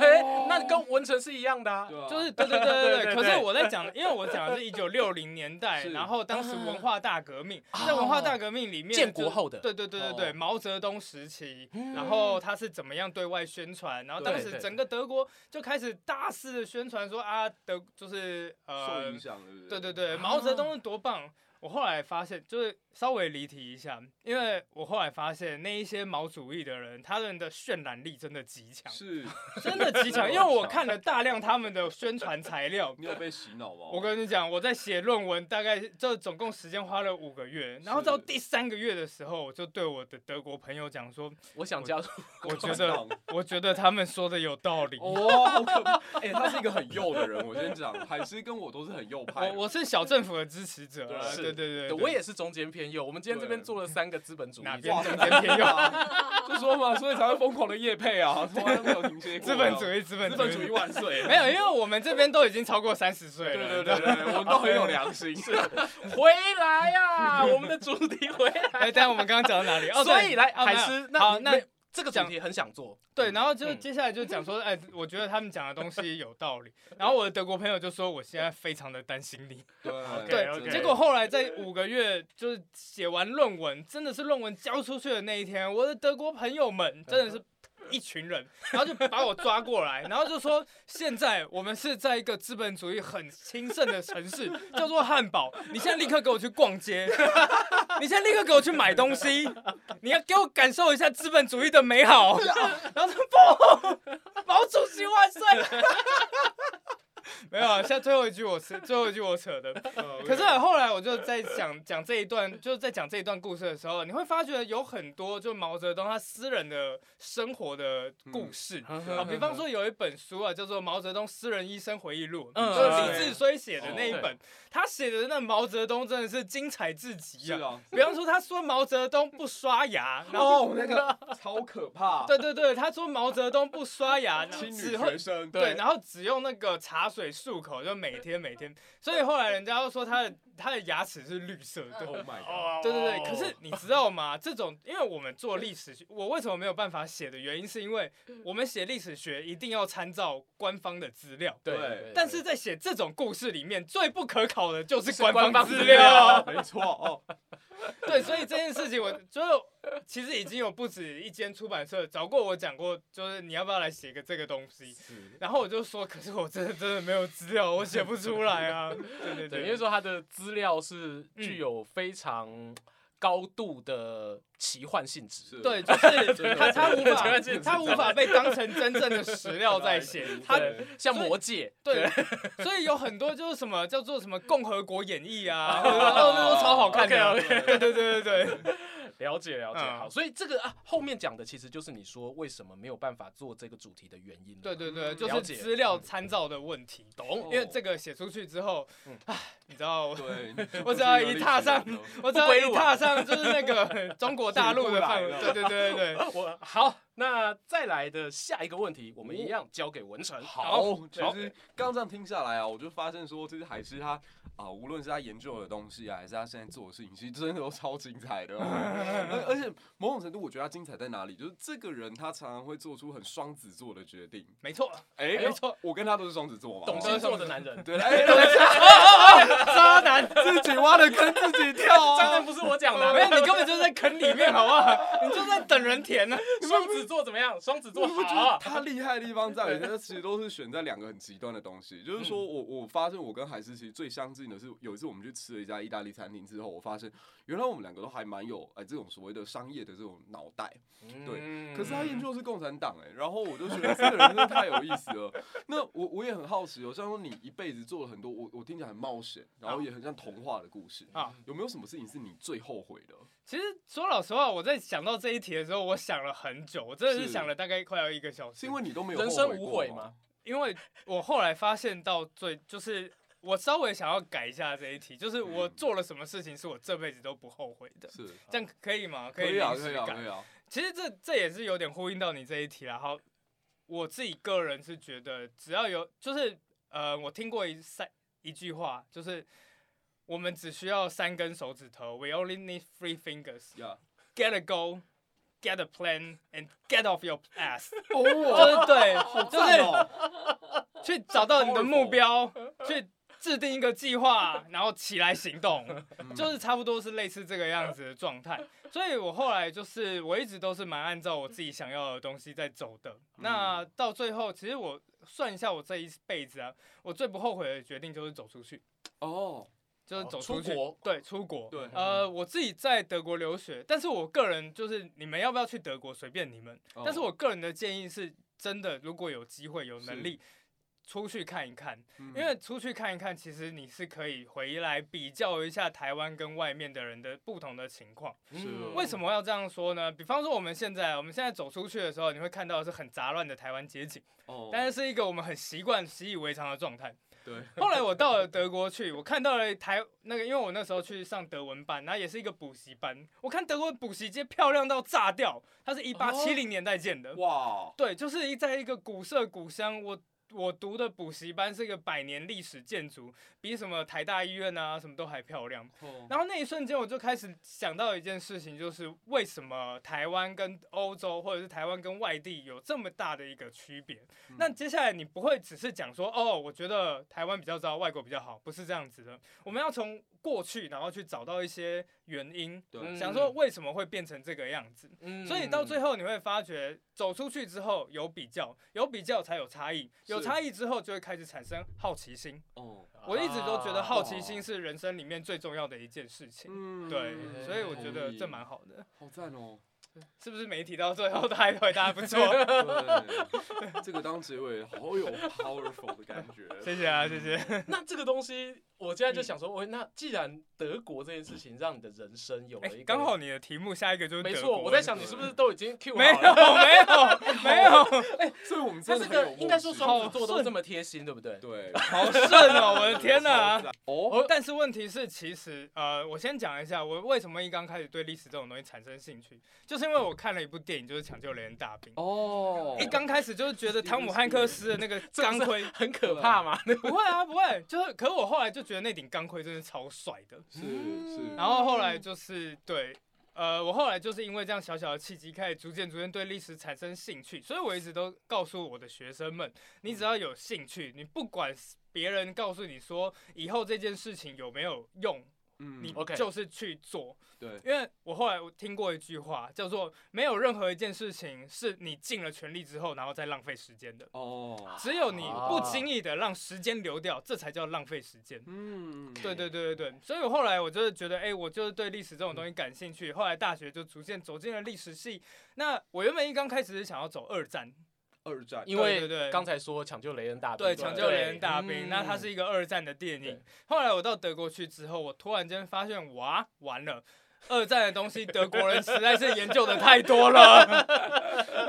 Speaker 4: 哎、那跟文成是一样的、啊。
Speaker 3: 对啊，
Speaker 2: 就是对对对对
Speaker 4: 对对
Speaker 2: 对。
Speaker 4: 对
Speaker 2: 可是我在讲，因为我讲的是一九六零年代，
Speaker 3: 是
Speaker 2: 然后当时文化大革命，在文化大革命里面，
Speaker 4: 啊建国后的
Speaker 2: 对对对对对，
Speaker 3: 哦
Speaker 2: 毛泽东时期，
Speaker 4: 嗯
Speaker 2: 然后他是怎么样对外宣传，然后当
Speaker 4: 对
Speaker 2: 时
Speaker 4: 对
Speaker 2: 整个德国就开始大肆的宣传说啊，德就是
Speaker 3: 受
Speaker 2: 呃
Speaker 3: 影，响，对不
Speaker 2: 对
Speaker 3: 对
Speaker 2: 对对，毛泽东是多棒！我后来发现，就是稍微离题一下，因为我后来发现那一些毛主义的人，他们的渲染力真的极强，
Speaker 3: 是，
Speaker 2: 真的极 强。因为我看了大量他们的宣传材料，
Speaker 3: 你有被洗脑吗？
Speaker 2: 我跟你讲，我在写论文，大概这总共时间花了五个月，然后到第三个月的时候，我就对我的德国朋友讲说，
Speaker 4: 我想加入，
Speaker 2: 我觉得，我觉得他们说的有道理。
Speaker 3: 哦，好可怕！ 哎、他是一个很右的人，我先讲，海狮跟我都是很右派
Speaker 2: 我
Speaker 3: 的。
Speaker 2: 我是小政府的支持者啊，
Speaker 4: 是
Speaker 2: 对对对，
Speaker 4: 我也是中间偏右。我们今天这边
Speaker 3: 对
Speaker 4: 做了三个资本主义
Speaker 2: 哪
Speaker 4: 者，
Speaker 2: 边中间偏右，
Speaker 3: 就说嘛，所以才会疯狂的夜配啊，从来啊没有停歇过。
Speaker 2: 资本主义，资本
Speaker 3: 资
Speaker 2: 主
Speaker 3: 本
Speaker 2: 义
Speaker 3: 主义。万岁！
Speaker 2: 没有，因为我们这边都已经超过三十岁
Speaker 3: 对
Speaker 2: 了。
Speaker 3: 对对对，
Speaker 4: 哦
Speaker 3: 我们都很有良心。是，
Speaker 4: 回来啊！我们的主题回来。
Speaker 2: 哎，但我们刚刚讲到哪里？哦，
Speaker 4: 所以来
Speaker 2: 啊
Speaker 4: 海
Speaker 2: 没有
Speaker 4: 狮，
Speaker 2: 好，
Speaker 4: 你
Speaker 2: 那
Speaker 4: 没这个主题很想做，
Speaker 2: 对，然后就
Speaker 4: 嗯
Speaker 2: 接下来就讲说，哎，我觉得他们讲的东西有道理。然后我的德国朋友就说，我现在非常的担心你。
Speaker 3: 对
Speaker 2: 对
Speaker 4: OK，OK
Speaker 2: 结果后来在五个月，就是写完论文，真的是论文交出去的那一天，我的德国朋友们真的是。一群人，然后就把我抓过来，然后就说：现在我们是在一个资本主义很兴盛的城市， 叫做汉堡。你现在立刻给我去逛街， 你现在立刻给我去买东西，你要给我感受一下资本主义的美 好。然后说：不，毛主席万岁！ 没有，啊，现在最后一句我是最后一哦句我扯 的，可是后来我就在讲讲这一段，就是在讲这一段故事的时候，你会发觉有很多就毛泽东他私人的生活的故事。啊，比方说有一本书啊，叫做《毛泽东私人医生回忆录》，
Speaker 4: 嗯
Speaker 2: 就是
Speaker 3: 对
Speaker 2: 李志绥写的那一
Speaker 4: 哦
Speaker 2: 本。他写的那毛泽东真的是精彩至极
Speaker 3: 是
Speaker 2: 啊！
Speaker 3: 啊，
Speaker 2: 比方说，他说毛泽东不刷 牙，然后
Speaker 3: 哦，那 个超可怕，
Speaker 2: 哦对对对，他说毛泽东不刷牙， 然后
Speaker 3: 青
Speaker 2: 只
Speaker 3: 女
Speaker 2: 会
Speaker 3: 学生，
Speaker 2: 对，然后只用那个茶水漱口，就每天每天，所以后来人家又说他的他的牙齿是绿色 的。
Speaker 3: ，Oh my god，
Speaker 2: 对对对，可是你知道吗？ 这种因为我们做历史学，我为什么没有办法写的原因，是因为我们写历史学一定要参照官方的资料，
Speaker 3: 对
Speaker 2: 但是在写这种故事里面，最不可考的就是官
Speaker 4: 官
Speaker 2: 方
Speaker 4: 方
Speaker 2: 资
Speaker 4: 资
Speaker 2: 料
Speaker 4: 料。
Speaker 3: 啊没错哦，
Speaker 2: 对，所以这件事情我就是其实已经有不止一间出版社找过我讲过，就是你要不要来写个这个东西，
Speaker 4: 是
Speaker 2: 然后我就说，可是我真的真的没有资料，我写不出来啊。对对
Speaker 4: 对，
Speaker 2: 对，
Speaker 4: 因为说它的资料是具
Speaker 2: 嗯
Speaker 4: 有非常高度的奇幻性质。
Speaker 3: 是
Speaker 2: 对，就是
Speaker 3: 真的
Speaker 2: 他他无
Speaker 4: 这
Speaker 2: 法
Speaker 4: 个是
Speaker 2: 他无法被当成真正的史料在写，他
Speaker 4: 对，像
Speaker 2: 所以
Speaker 4: 魔戒，
Speaker 2: 对，所以有很多就是什么叫做什么《共和国演义》啊，或者 哦，那都超好看的啊。
Speaker 3: 哦
Speaker 4: OK，OK
Speaker 2: 对对对对对，
Speaker 4: 了解了解。
Speaker 2: 嗯
Speaker 4: 好，所以这个啊，后面讲的其实就是你说为什么没有办法做这个主题的原因了。
Speaker 2: 对对对，就
Speaker 4: 了
Speaker 2: 是
Speaker 4: 解
Speaker 2: 资料参照的问题。
Speaker 4: 懂
Speaker 2: 因为这个写出去之后
Speaker 4: 嗯，
Speaker 2: 唉，你知道，
Speaker 3: 哦对，
Speaker 2: 我只要一踏上 我只要
Speaker 4: 归
Speaker 2: 一
Speaker 4: 路啊
Speaker 2: 踏上就是那 个中国大陆的范围
Speaker 3: 进不来，
Speaker 2: 对对对对对。
Speaker 4: 我好，那再来的下一个问题，我们一样交给文 成。
Speaker 3: 好，其
Speaker 4: 好
Speaker 3: 实刚这样听下来啊，我就发现说，这是还是他啊、无论是他研究的东西啊，还是他现在做的事情，其实真的都超精彩 的、哦。而而且某种程度，我觉得他精彩在哪里，就是这个人他常常会做出很双子座的决定。
Speaker 2: 没错，
Speaker 3: 哎、
Speaker 2: 没错，
Speaker 3: 我跟他都是双子座嘛，
Speaker 4: 懂
Speaker 3: 哦
Speaker 4: 星座的男人，
Speaker 3: 对， 哎、欸，
Speaker 2: 渣男，
Speaker 3: 自己挖的坑自己跳
Speaker 4: 当
Speaker 3: 啊
Speaker 4: 然！不是我讲的
Speaker 2: 哦没有，
Speaker 4: 啊，
Speaker 2: 你根本就是在坑里面，好不好？你就在等人填呢。
Speaker 4: 双子座怎么样？双子座
Speaker 3: 我不觉
Speaker 4: 好
Speaker 3: 得
Speaker 4: 啊，
Speaker 3: 他厉害的地方在于，他其实都是选在两个很极端的东西。就是说
Speaker 2: 嗯
Speaker 3: 我我发现我跟海思其实最相近的是，有一次我们去吃了一家意大利餐厅之后，我发现原来我们两个都还蛮有哎、这种所谓的商业的这种脑袋。
Speaker 4: 对
Speaker 2: 嗯
Speaker 3: 可是他研究的是共产党哎、然后我就觉得这个人真的太有意思了。那我我也很好奇哦，像说你一辈子做了很多，我我听起来很冒险，然后也很像童话的故事
Speaker 2: 啊
Speaker 3: 有没有什么事情是你最后悔的？
Speaker 2: 其实说老实话，我在想到这一题的时候，我想了很久，我真的是
Speaker 3: 是
Speaker 2: 想了大概快要一个小时。
Speaker 3: 是因为你都没有
Speaker 4: 人
Speaker 3: 后
Speaker 4: 生
Speaker 3: 悔
Speaker 4: 无
Speaker 3: 过
Speaker 4: 悔
Speaker 3: 吗
Speaker 4: 嘛？
Speaker 2: 因为我后来发现到最就是。我稍微想要改一下这一题，就是我
Speaker 3: 嗯
Speaker 2: 做了什么事情是我这辈子都不后悔的，
Speaker 3: 是。
Speaker 2: 这样 可以吗？
Speaker 3: 可以
Speaker 2: 以
Speaker 3: 啊，
Speaker 2: 临
Speaker 3: 可
Speaker 2: 时
Speaker 3: 以啊，
Speaker 2: 改
Speaker 3: 可以啊，
Speaker 2: 其实这这也是有点呼应到你这一题啦。好，我自己个人是觉得，只要有就是呃，我听过一三一句话，就是我们只需要三根手指头，We only need three fingers.
Speaker 3: 呀、
Speaker 2: Get a goal, get a plan, and get off your ass.
Speaker 3: 哦，
Speaker 2: 就是对，
Speaker 3: 赞哦，
Speaker 2: 就是去找到你的目标，去制定一个计划，然后起来行动。
Speaker 3: 嗯
Speaker 2: 就是差不多是类似这个样子的状态。所以我后来就是我一直都是蛮按照我自己想要的东西在走的。
Speaker 4: 嗯
Speaker 2: 那到最后，其实我算一下我这一辈子啊，我最不后悔的决定就是走出去，
Speaker 3: 哦，
Speaker 2: 就是
Speaker 4: 哦
Speaker 2: 走
Speaker 4: 出
Speaker 2: 出去。
Speaker 4: 国
Speaker 2: 对，出国。
Speaker 3: 对，
Speaker 2: 呃，我自己在德国留学，但是我个人就是你们要不要去德国随便你们，
Speaker 4: 哦
Speaker 3: 哦
Speaker 2: 但是我个人的建议是，真的如果有机会有
Speaker 3: 是
Speaker 2: 能力，出去看一看。
Speaker 3: 嗯
Speaker 2: 因为出去看一看，其实你是可以回来比较一下台湾跟外面的人的不同的情况。
Speaker 3: 是哦
Speaker 4: 嗯
Speaker 2: 为什么要这样说呢？比方说我们现在，我们现在走出去的时候，你会看到的是很杂乱的台湾街景，
Speaker 3: 哦，
Speaker 2: 但是是一个我们很习惯、习以为常的状态。
Speaker 3: 对，
Speaker 2: 后来我到了德国去，我看到了台那个，因为我那时候去上德文班，然后也是一个补习班，我看德国补习街漂亮到炸掉，它是一八七
Speaker 3: 哦
Speaker 2: 零年代建的，
Speaker 3: 哇，
Speaker 2: 对，就是一在一个古色古香，我我读的补习班是一个百年历史建筑，比什么台大医院啊什么都还漂亮。
Speaker 3: 哦
Speaker 2: 然后那一瞬间我就开始想到一件事情，就是为什么台湾跟欧洲或者是台湾跟外地有这么大的一个区别？
Speaker 3: 嗯
Speaker 2: 那接下来你不会只是讲说哦，我觉得台湾比较糟，外国比较好，不是这样子的。我们要从过去，然后去找到一些原因，
Speaker 3: 对嗯
Speaker 2: 想说为什么会变成这个样子。
Speaker 4: 嗯
Speaker 2: 所以到最
Speaker 4: 后，
Speaker 2: 后你会发觉，走出去之后有比较，有比较才有差异，有
Speaker 3: 是
Speaker 2: 差异之后就会开始产生好奇心。
Speaker 3: 哦，
Speaker 2: 我一直都觉得好奇
Speaker 3: 哦
Speaker 4: 啊
Speaker 2: 心是人生里面最重要的一件事情，
Speaker 3: 嗯
Speaker 2: 对，所以我觉得
Speaker 3: 同意
Speaker 2: 这蛮好的，
Speaker 3: 好赞哦，
Speaker 2: 是不是媒体到最后都还回答不 错？
Speaker 3: 对，这个当结尾好有 powerful 的感觉，
Speaker 2: 谢谢啊，谢谢。
Speaker 4: 那这个东西，我现在
Speaker 2: 嗯
Speaker 4: 就想说，喂，那既然德国这件事情让你的人生有
Speaker 2: 哎
Speaker 4: 了一个，
Speaker 2: 刚好你的题目下一个就是
Speaker 4: 没
Speaker 2: 德
Speaker 4: 错，
Speaker 2: 国
Speaker 4: 我在想你是不是都已经 Q 好
Speaker 2: 没有
Speaker 4: 了？哦
Speaker 2: 没有没 有，
Speaker 3: 所以我们
Speaker 4: 他
Speaker 3: 真的
Speaker 4: 这
Speaker 3: 很有
Speaker 4: 个应该说
Speaker 3: 默契
Speaker 4: 双子座都这么贴心，对不对？
Speaker 3: 对，
Speaker 2: 好顺哦，我的 天哪！
Speaker 3: 哦，
Speaker 2: 但是问题是，其实呃，我先讲一下我为什么一刚开始对历史这种东西产生兴趣，就是因为我看了一部电影，就是《抢救雷恩大兵》。
Speaker 3: 哦
Speaker 2: 一哎刚开始就是觉得汤姆汉克斯的那 个
Speaker 4: 这不
Speaker 2: 钢
Speaker 4: 是
Speaker 2: 盔，
Speaker 4: 很可怕嘛，那
Speaker 2: 不会啊，不会，就是，可是我后来就觉得那顶钢盔真的超帅的，
Speaker 3: 是是，
Speaker 2: 然后后来就是对，呃，我后来就是因为这样小小的契机，开始逐渐逐渐对历史产生兴趣，所以我一直都告诉我的学生们，你只要有兴趣，你不管别人告诉你说以后这件事情有没有用。
Speaker 3: 嗯
Speaker 2: 你
Speaker 4: OK
Speaker 2: 就是去做。
Speaker 3: 对，
Speaker 2: 因为我后来我听过一句话，叫做没有任何一件事情是你尽了全力之后，然后再浪费时间的。
Speaker 3: 哦，
Speaker 2: 只有你
Speaker 4: 啊
Speaker 2: 不经意的让时间流掉，这才叫浪费时间。
Speaker 3: 嗯，
Speaker 2: 对对对对对，所以我后来我就是觉得，哎、我就是对历史这种东西感兴趣。后来大学就逐渐走进了历史系。那我原本一刚开始是想要走二战，
Speaker 3: 二战，
Speaker 4: 因
Speaker 2: 对对
Speaker 4: 为
Speaker 2: 对
Speaker 4: 刚才说抢救雷恩大兵，
Speaker 2: 对，
Speaker 3: 对
Speaker 2: 抢救雷恩
Speaker 4: 对
Speaker 2: 大兵，那它
Speaker 3: 嗯
Speaker 2: 是一个二战的电影
Speaker 4: 对。
Speaker 2: 后来我到德国去之后，我突然间发现，哇，完了。二战的东西，德国人实在是研究的太多了。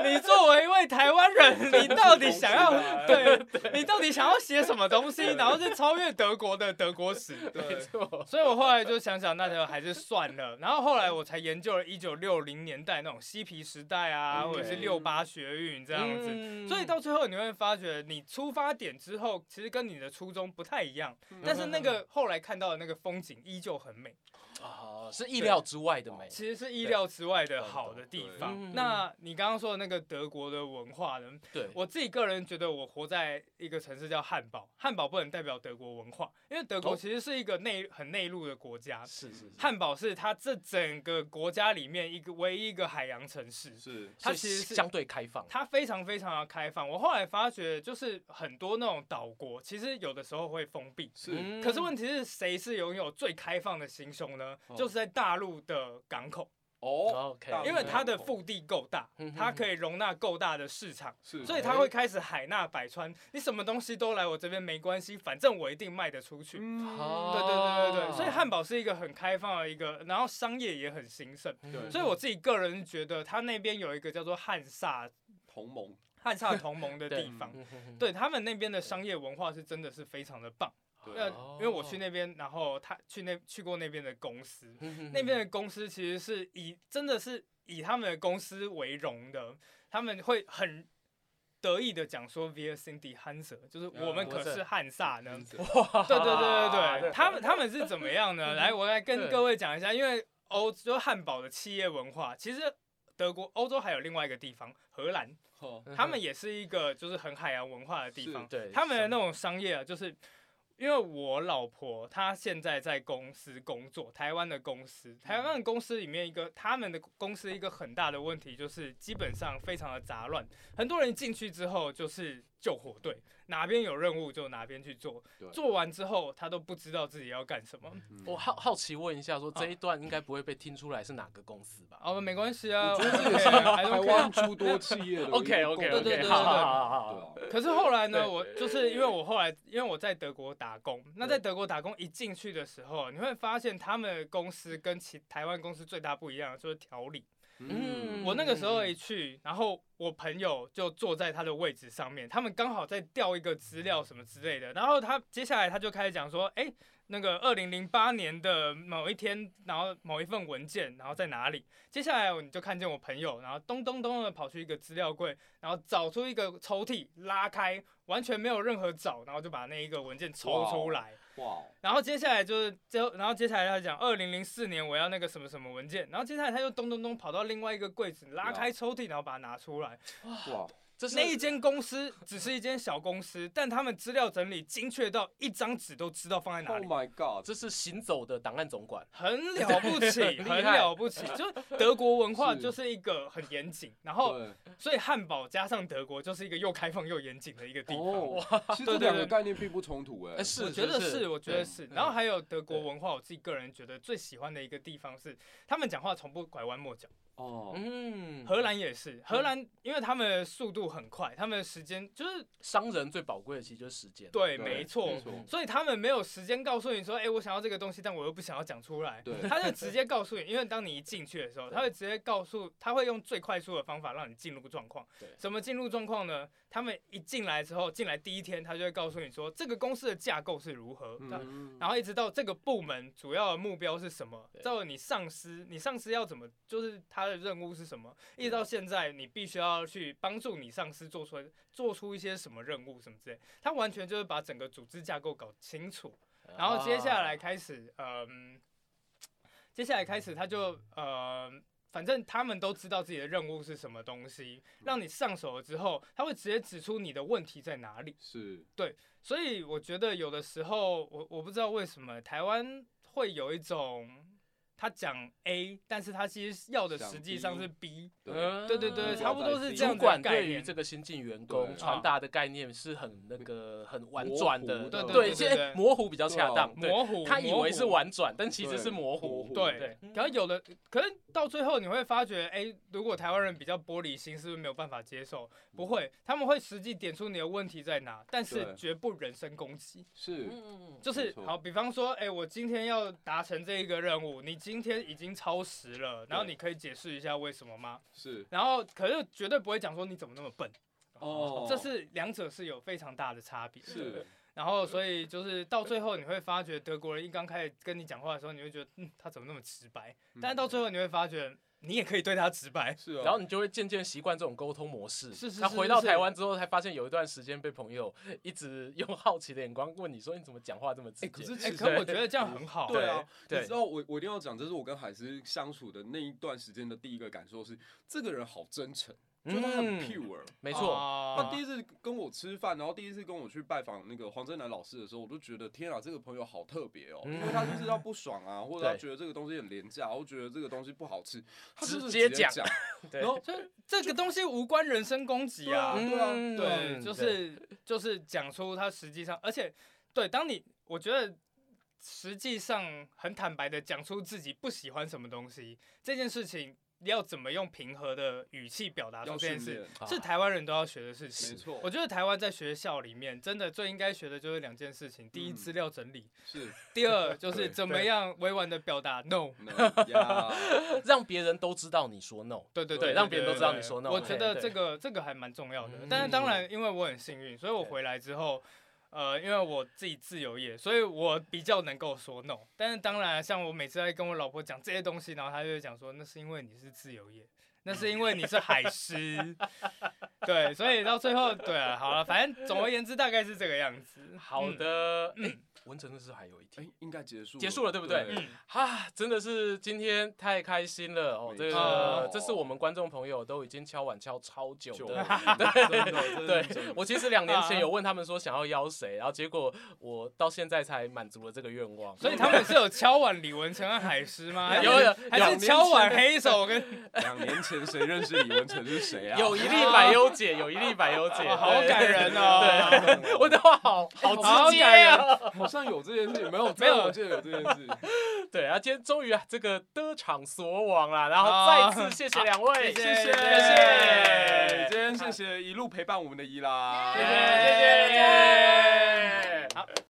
Speaker 2: 你作为一位台湾人，你到底想 要
Speaker 3: 这种东西啊
Speaker 2: 对你到底想要写什么东西，然后是超越德国的德国史？
Speaker 3: 对
Speaker 4: 没错，
Speaker 2: 所以我后来就想想，那条还是算了。然后后来我才研究了一九六零年代那种嬉皮时代啊，
Speaker 4: 嗯
Speaker 2: 或者是六八学运这
Speaker 4: 这
Speaker 2: 样子。
Speaker 4: 嗯
Speaker 2: 所以到最后你会发觉，你出发点之后，其实跟你的初衷不太一样，
Speaker 4: 嗯
Speaker 2: 但是那个后来看到的那个风景依旧很美，
Speaker 4: 啊是意料之外的美，
Speaker 2: 其实是意料之外的好的地
Speaker 4: 对嗯
Speaker 2: 方。那你刚刚说的那个德国的文化呢？
Speaker 4: 对，
Speaker 2: 我自己个人觉得，我活在一个城市叫汉堡，汉堡不能代表德国文化，因为德
Speaker 4: 哦
Speaker 2: 国其实是一个内很内陆的国家，
Speaker 4: 是是是，
Speaker 2: 汉堡是它这整个国家里面一个唯一一个海洋城市，
Speaker 3: 是
Speaker 2: 它
Speaker 4: 所以
Speaker 2: 其实是
Speaker 4: 相对开放，
Speaker 2: 它非常非常的开放。我后来发觉，就是很多那种岛国，其实有的时候会封闭。
Speaker 3: 是，
Speaker 2: 可是问题是谁是拥有最开放的心胸呢？
Speaker 3: 哦
Speaker 2: 就是在大陆的港口，
Speaker 3: 哦，
Speaker 4: OK，
Speaker 3: 大陆
Speaker 2: 因为
Speaker 3: 的
Speaker 2: 它的
Speaker 3: 港口
Speaker 2: 腹地够大
Speaker 4: 嗯哼，
Speaker 2: 它可以容纳够大的市场，
Speaker 3: 是，
Speaker 2: 所以它会开始海纳百川。你什么东西都来我这边没关系，反正我一定卖得出去。
Speaker 3: 嗯，
Speaker 4: 好
Speaker 2: 对对对
Speaker 4: 哦
Speaker 2: 对对，所以汉堡是一个很开放的一个，然后商业也很兴盛。
Speaker 3: 对
Speaker 2: 所以我自己个人觉得，它那边有一个叫做汉萨
Speaker 3: 同盟，
Speaker 2: 汉萨同盟的
Speaker 4: 对
Speaker 2: 地方，
Speaker 4: 嗯哼哼
Speaker 2: 对他们那边的商业文化是真的是非常的棒。那
Speaker 3: 对，啊
Speaker 4: 哦
Speaker 2: 因为我去那边，然后他去那去过那边的公司，
Speaker 4: 嗯哼哼
Speaker 2: 那边的公司其实是以真的是以他们的公司为荣的，他们会很。得意的讲说，Via Cindy Hansa，就是我们
Speaker 4: 嗯
Speaker 2: 可
Speaker 4: 我
Speaker 2: 是
Speaker 4: 是
Speaker 2: 汉萨呢。
Speaker 4: 哇
Speaker 2: 对对啊对对对，
Speaker 4: 对
Speaker 2: 他们他们是怎么样呢？来，我来
Speaker 4: 对
Speaker 2: 跟各位讲一下，因为欧洲汉堡的企业文化，其实德国、欧洲还有另外一个地方，荷兰，
Speaker 3: 哦
Speaker 2: 他们也是一个就是很海洋文化的地方。
Speaker 4: 对
Speaker 2: 他们的那种商业啊，就是因为我老婆她现在在公司工作，台湾的公司，台
Speaker 3: 嗯
Speaker 2: 湾的公司里面一个他们的公司一个很大的问题就是基本上非常的杂乱，很多人进去之后就是救火队，哪边有任务就哪边去做
Speaker 3: 对，嗯
Speaker 2: 做完之后他都不知道自己要干什么。
Speaker 4: 我好好奇问一下，说这一段应该不会被听出来是哪个公司吧
Speaker 2: 哦，没关系啊，
Speaker 3: 我觉得这
Speaker 2: 我
Speaker 3: 也
Speaker 2: 们
Speaker 3: 是
Speaker 2: 还是
Speaker 3: 台
Speaker 2: OK
Speaker 3: 湾诸多企 业的一个
Speaker 4: ？OK
Speaker 3: 共
Speaker 4: OK
Speaker 3: 同
Speaker 4: OK，
Speaker 2: 对对对
Speaker 4: 好好
Speaker 2: 对
Speaker 4: 好好好，
Speaker 3: 对啊，
Speaker 2: 可是后来呢，
Speaker 4: 对
Speaker 2: 我就是因为我后来因为我在德国打工，那在德国打工一进去的时候，你会发现他们的公司跟其台湾公司最大不一样的就是条理。
Speaker 4: 嗯
Speaker 2: 我那个时候一去，然后我朋友就坐在他的位置上面，他们刚好在调一个资料什么之类的，然后他接下来他就开始讲说，哎、那个二零零八年的某一天，然后某一份文件，然后在哪里？接下来你就看见我朋友，然后咚咚咚的跑去一个资料柜，然后找出一个抽屉，拉开，完全没有任何找，然后就把那一个文件抽出来。
Speaker 3: 哇，
Speaker 2: 然后接下来就是最后，然后接下来他讲二零零四年我要那个什么什么文件，然后接下来他又咚咚咚跑到另外一个柜子，拉开抽屉，然后把它拿出来。
Speaker 3: 哇，
Speaker 4: 这是
Speaker 2: 那一间公司只是一间小公司，但他们资料整理精确到一张纸都知道放在哪
Speaker 3: Oh
Speaker 2: 里。
Speaker 3: my God！
Speaker 4: 这是行走的档案总管，
Speaker 2: 很了不起，
Speaker 4: 厉害
Speaker 2: 很了不起，就是德国文化
Speaker 3: 是
Speaker 2: 就是一个很严谨，然后
Speaker 3: 对
Speaker 2: 所以汉堡加上德国就是一个又开放又严谨的一个地方。
Speaker 3: 哦，其实这
Speaker 2: 对对
Speaker 3: 两个
Speaker 2: 对
Speaker 3: 概念并不冲突哎
Speaker 4: 哎，是
Speaker 2: 呃我觉得
Speaker 4: 是嗯
Speaker 2: 是，我觉得是。然后还有德国
Speaker 4: 对
Speaker 2: 文化，我自己个人觉得最喜欢的一个地方是，他们讲话从不拐弯抹角。
Speaker 3: 哦，
Speaker 4: 嗯，
Speaker 2: 荷兰也是，荷兰因为他们的速度很快，他们的时间就是
Speaker 4: 商人最宝贵的其实就是时间，
Speaker 2: 对，
Speaker 3: 对
Speaker 2: 没错
Speaker 4: 嗯
Speaker 3: 没。错，
Speaker 2: 所以他们没有时间告诉你说，哎、我想要这个东西，但我又不想要讲出来。
Speaker 3: 对，
Speaker 2: 他就直接告诉你，因为当你一进去的时候，他会直接告诉，他会用最快速的方法让你进入状况
Speaker 4: 对。
Speaker 2: 怎么进入状况呢？他们一进来之后，进来第一天，他就会告诉你说，这个公司的架构是如何，那
Speaker 3: 嗯
Speaker 2: 然后一直到这个部门主要的目标是什么
Speaker 4: 对，
Speaker 2: 到你上司，你上司要怎么，就是他的任务是什么，一直到现在，你必须要去帮助你上司做出做出一些什么任务什么之类，他完全就是把整个组织架构搞清楚，
Speaker 4: 啊，
Speaker 2: 然后接下来开始，嗯，接下来开始他就呃。反正他们都知道自己的任务是什么东西，
Speaker 4: 嗯
Speaker 2: 让你上手了之后，他会直接指出你的问题在哪里。
Speaker 3: 是
Speaker 2: 所以我觉得有的时候，我我不知道为什么台湾会有一种他讲 A，但是他其实要的
Speaker 3: 想
Speaker 2: 实际上
Speaker 3: B
Speaker 2: 是 B。
Speaker 3: 对，
Speaker 4: 哦
Speaker 2: 对对对，
Speaker 3: 嗯
Speaker 2: 差不多
Speaker 3: 表达
Speaker 2: 是
Speaker 3: 自己
Speaker 2: 这样
Speaker 4: 主
Speaker 2: 子的
Speaker 4: 管
Speaker 2: 概
Speaker 4: 对于
Speaker 2: 念。
Speaker 4: 这个新进员工
Speaker 3: 对
Speaker 4: 传达的概念是很那个很婉转的，
Speaker 3: 模糊的
Speaker 2: 对对
Speaker 4: 现
Speaker 2: 对
Speaker 4: 在
Speaker 2: 对
Speaker 4: 模糊比较恰当。对，
Speaker 2: 模糊，
Speaker 4: 他以
Speaker 2: 模
Speaker 4: 为
Speaker 2: 糊
Speaker 4: 是婉转，但其实
Speaker 3: 对
Speaker 4: 是模
Speaker 3: 模
Speaker 4: 糊
Speaker 3: 糊。
Speaker 2: 对
Speaker 4: 对，
Speaker 2: 可能有的，可能到最后你会发觉，哎、如果台湾人比较玻璃心，是不是没有办法接受？不会，他们会实际点出你的问题在哪，但
Speaker 3: 嗯对
Speaker 2: 是绝不人身攻击。
Speaker 3: 是
Speaker 4: 嗯，
Speaker 2: 就
Speaker 3: 没
Speaker 2: 是
Speaker 3: 错
Speaker 2: 好，比方说，哎、我今天要达成这一个任务，你今天已经超时了，然后
Speaker 3: 对
Speaker 2: 你可以解释一下为什么吗？
Speaker 3: 是
Speaker 2: 然后可是绝对不会讲说你怎么那么笨，
Speaker 3: 哦，
Speaker 2: 这是两者是有非常大的差别。
Speaker 3: 是
Speaker 2: 然后，所以就是到最后，你会发觉德国人一刚开始跟你讲话的时候，你会觉得，嗯，他怎么那么直白？
Speaker 3: 嗯
Speaker 2: 但是到最后，你会发觉，你也可以对他 直白。
Speaker 3: 是啊，
Speaker 4: 然后你就会渐渐习惯这种沟通模式。
Speaker 2: 是是
Speaker 4: 他
Speaker 2: 是
Speaker 4: 回
Speaker 2: 是
Speaker 4: 到
Speaker 2: 是
Speaker 4: 台湾之后，才发现有一段时间被朋友一直用好奇的眼光问你说：“你怎么讲话这么直接？”
Speaker 3: 哎，可是
Speaker 2: 哎、
Speaker 3: 其实
Speaker 2: 可我觉得这样很好。
Speaker 3: 对啊，你
Speaker 4: 对
Speaker 3: 知道我我一定要讲，这是我跟海狮相处的那一段时间的第一个感受是，这个人好真诚，就他很
Speaker 4: 嗯
Speaker 3: pure。
Speaker 4: 没错，
Speaker 2: 啊
Speaker 3: 他第一次跟我吃饭，然后第一次跟我去拜访那个黄真南老师的时候，我都觉得天啊，这个朋友好特别哦，
Speaker 4: 嗯
Speaker 3: 因为他就是他不爽啊，或者他
Speaker 4: 对
Speaker 3: 觉得这个东西很廉价，或觉得这个东西不好吃，他
Speaker 4: 直
Speaker 3: 就是
Speaker 4: 接
Speaker 3: 接
Speaker 4: 讲
Speaker 3: 讲，
Speaker 4: 对
Speaker 3: 然后
Speaker 2: 所以这个东西无关人身攻击啊。
Speaker 3: 对啊
Speaker 4: 嗯
Speaker 2: 对，就是就是讲出他实际上，而且对，当你我觉得实际上很坦白的讲出自己不喜欢什么东西这件事情，要怎么用平和的语气表达出
Speaker 3: 要
Speaker 2: 这件
Speaker 3: 训
Speaker 2: 事
Speaker 3: 练，，
Speaker 4: 啊
Speaker 2: 是台湾人都要学的事
Speaker 3: 没
Speaker 2: 情。
Speaker 3: 错，
Speaker 2: 我觉得台湾在学校里面真的最应该学的就是两件事情：第一，
Speaker 3: 嗯
Speaker 2: 资料整理；
Speaker 3: 是
Speaker 2: 第二，就
Speaker 3: 对
Speaker 2: 是怎么样委婉的表达 no。
Speaker 3: 那 呀，
Speaker 4: 让别人都知道你说 “no”。
Speaker 2: 对对
Speaker 3: 对
Speaker 2: 对，
Speaker 3: 让
Speaker 2: 对
Speaker 3: 别人都
Speaker 2: 对
Speaker 3: 知道
Speaker 2: 对
Speaker 4: 你说 no，
Speaker 2: 我
Speaker 4: 对
Speaker 2: 觉得
Speaker 4: 对
Speaker 2: 这个这个还蛮重要的
Speaker 4: 嗯。
Speaker 2: 但是当然，因为我很幸运，所以我
Speaker 4: 对
Speaker 2: 回来之后，呃，因为我自己自由业，所以我比较能够说 no。但是当然，像我每次在跟我老婆讲这些东西，然后她就会讲说，那是因为你是自由业。那是因为你是海狮， 对，所以到最后，对啊，好了，反正总而言之大概是这个样子。
Speaker 4: 好
Speaker 2: 嗯，
Speaker 4: 的，哎，文成是不是还有一题
Speaker 3: 哎，应该结束
Speaker 4: 结束了对不对
Speaker 2: 嗯，
Speaker 4: 啊，真的是今天太开心了哦！
Speaker 3: 没
Speaker 4: 这个
Speaker 2: 错
Speaker 4: 这是我们观众朋友都已经敲碗敲超久
Speaker 3: 久
Speaker 4: 的
Speaker 3: 了， 真的真的真
Speaker 4: 对
Speaker 3: 的
Speaker 4: 我其实两年前
Speaker 2: 啊
Speaker 4: 有问他们说想要邀谁，然后结果我到现在才满足了这个愿望。
Speaker 2: 所以他们是有敲碗李文成和海狮吗？还是
Speaker 4: 有有
Speaker 2: 还
Speaker 4: 有
Speaker 2: 是敲碗黑手跟
Speaker 3: 两年前谁认识李文成是谁 啊？
Speaker 4: 有一例百优姐，有一例百优姐，
Speaker 2: 哇好
Speaker 4: 对
Speaker 2: 感人
Speaker 3: 啊
Speaker 2: 哦！
Speaker 4: 对，我的话好好
Speaker 2: 好
Speaker 4: 直接
Speaker 2: 感
Speaker 4: 啊！
Speaker 2: 人
Speaker 3: 好像有这件事，没有
Speaker 2: 没有
Speaker 3: 我记得有这件事。
Speaker 4: 对啊，今天终于啊，这个得偿所望啦，然后再次谢谢两位，
Speaker 2: 啊谢
Speaker 4: 谢谢
Speaker 2: 谢
Speaker 4: 谢
Speaker 3: 今天谢谢一路陪伴我们的伊拉，
Speaker 4: 哎谢谢谢谢。
Speaker 2: 好。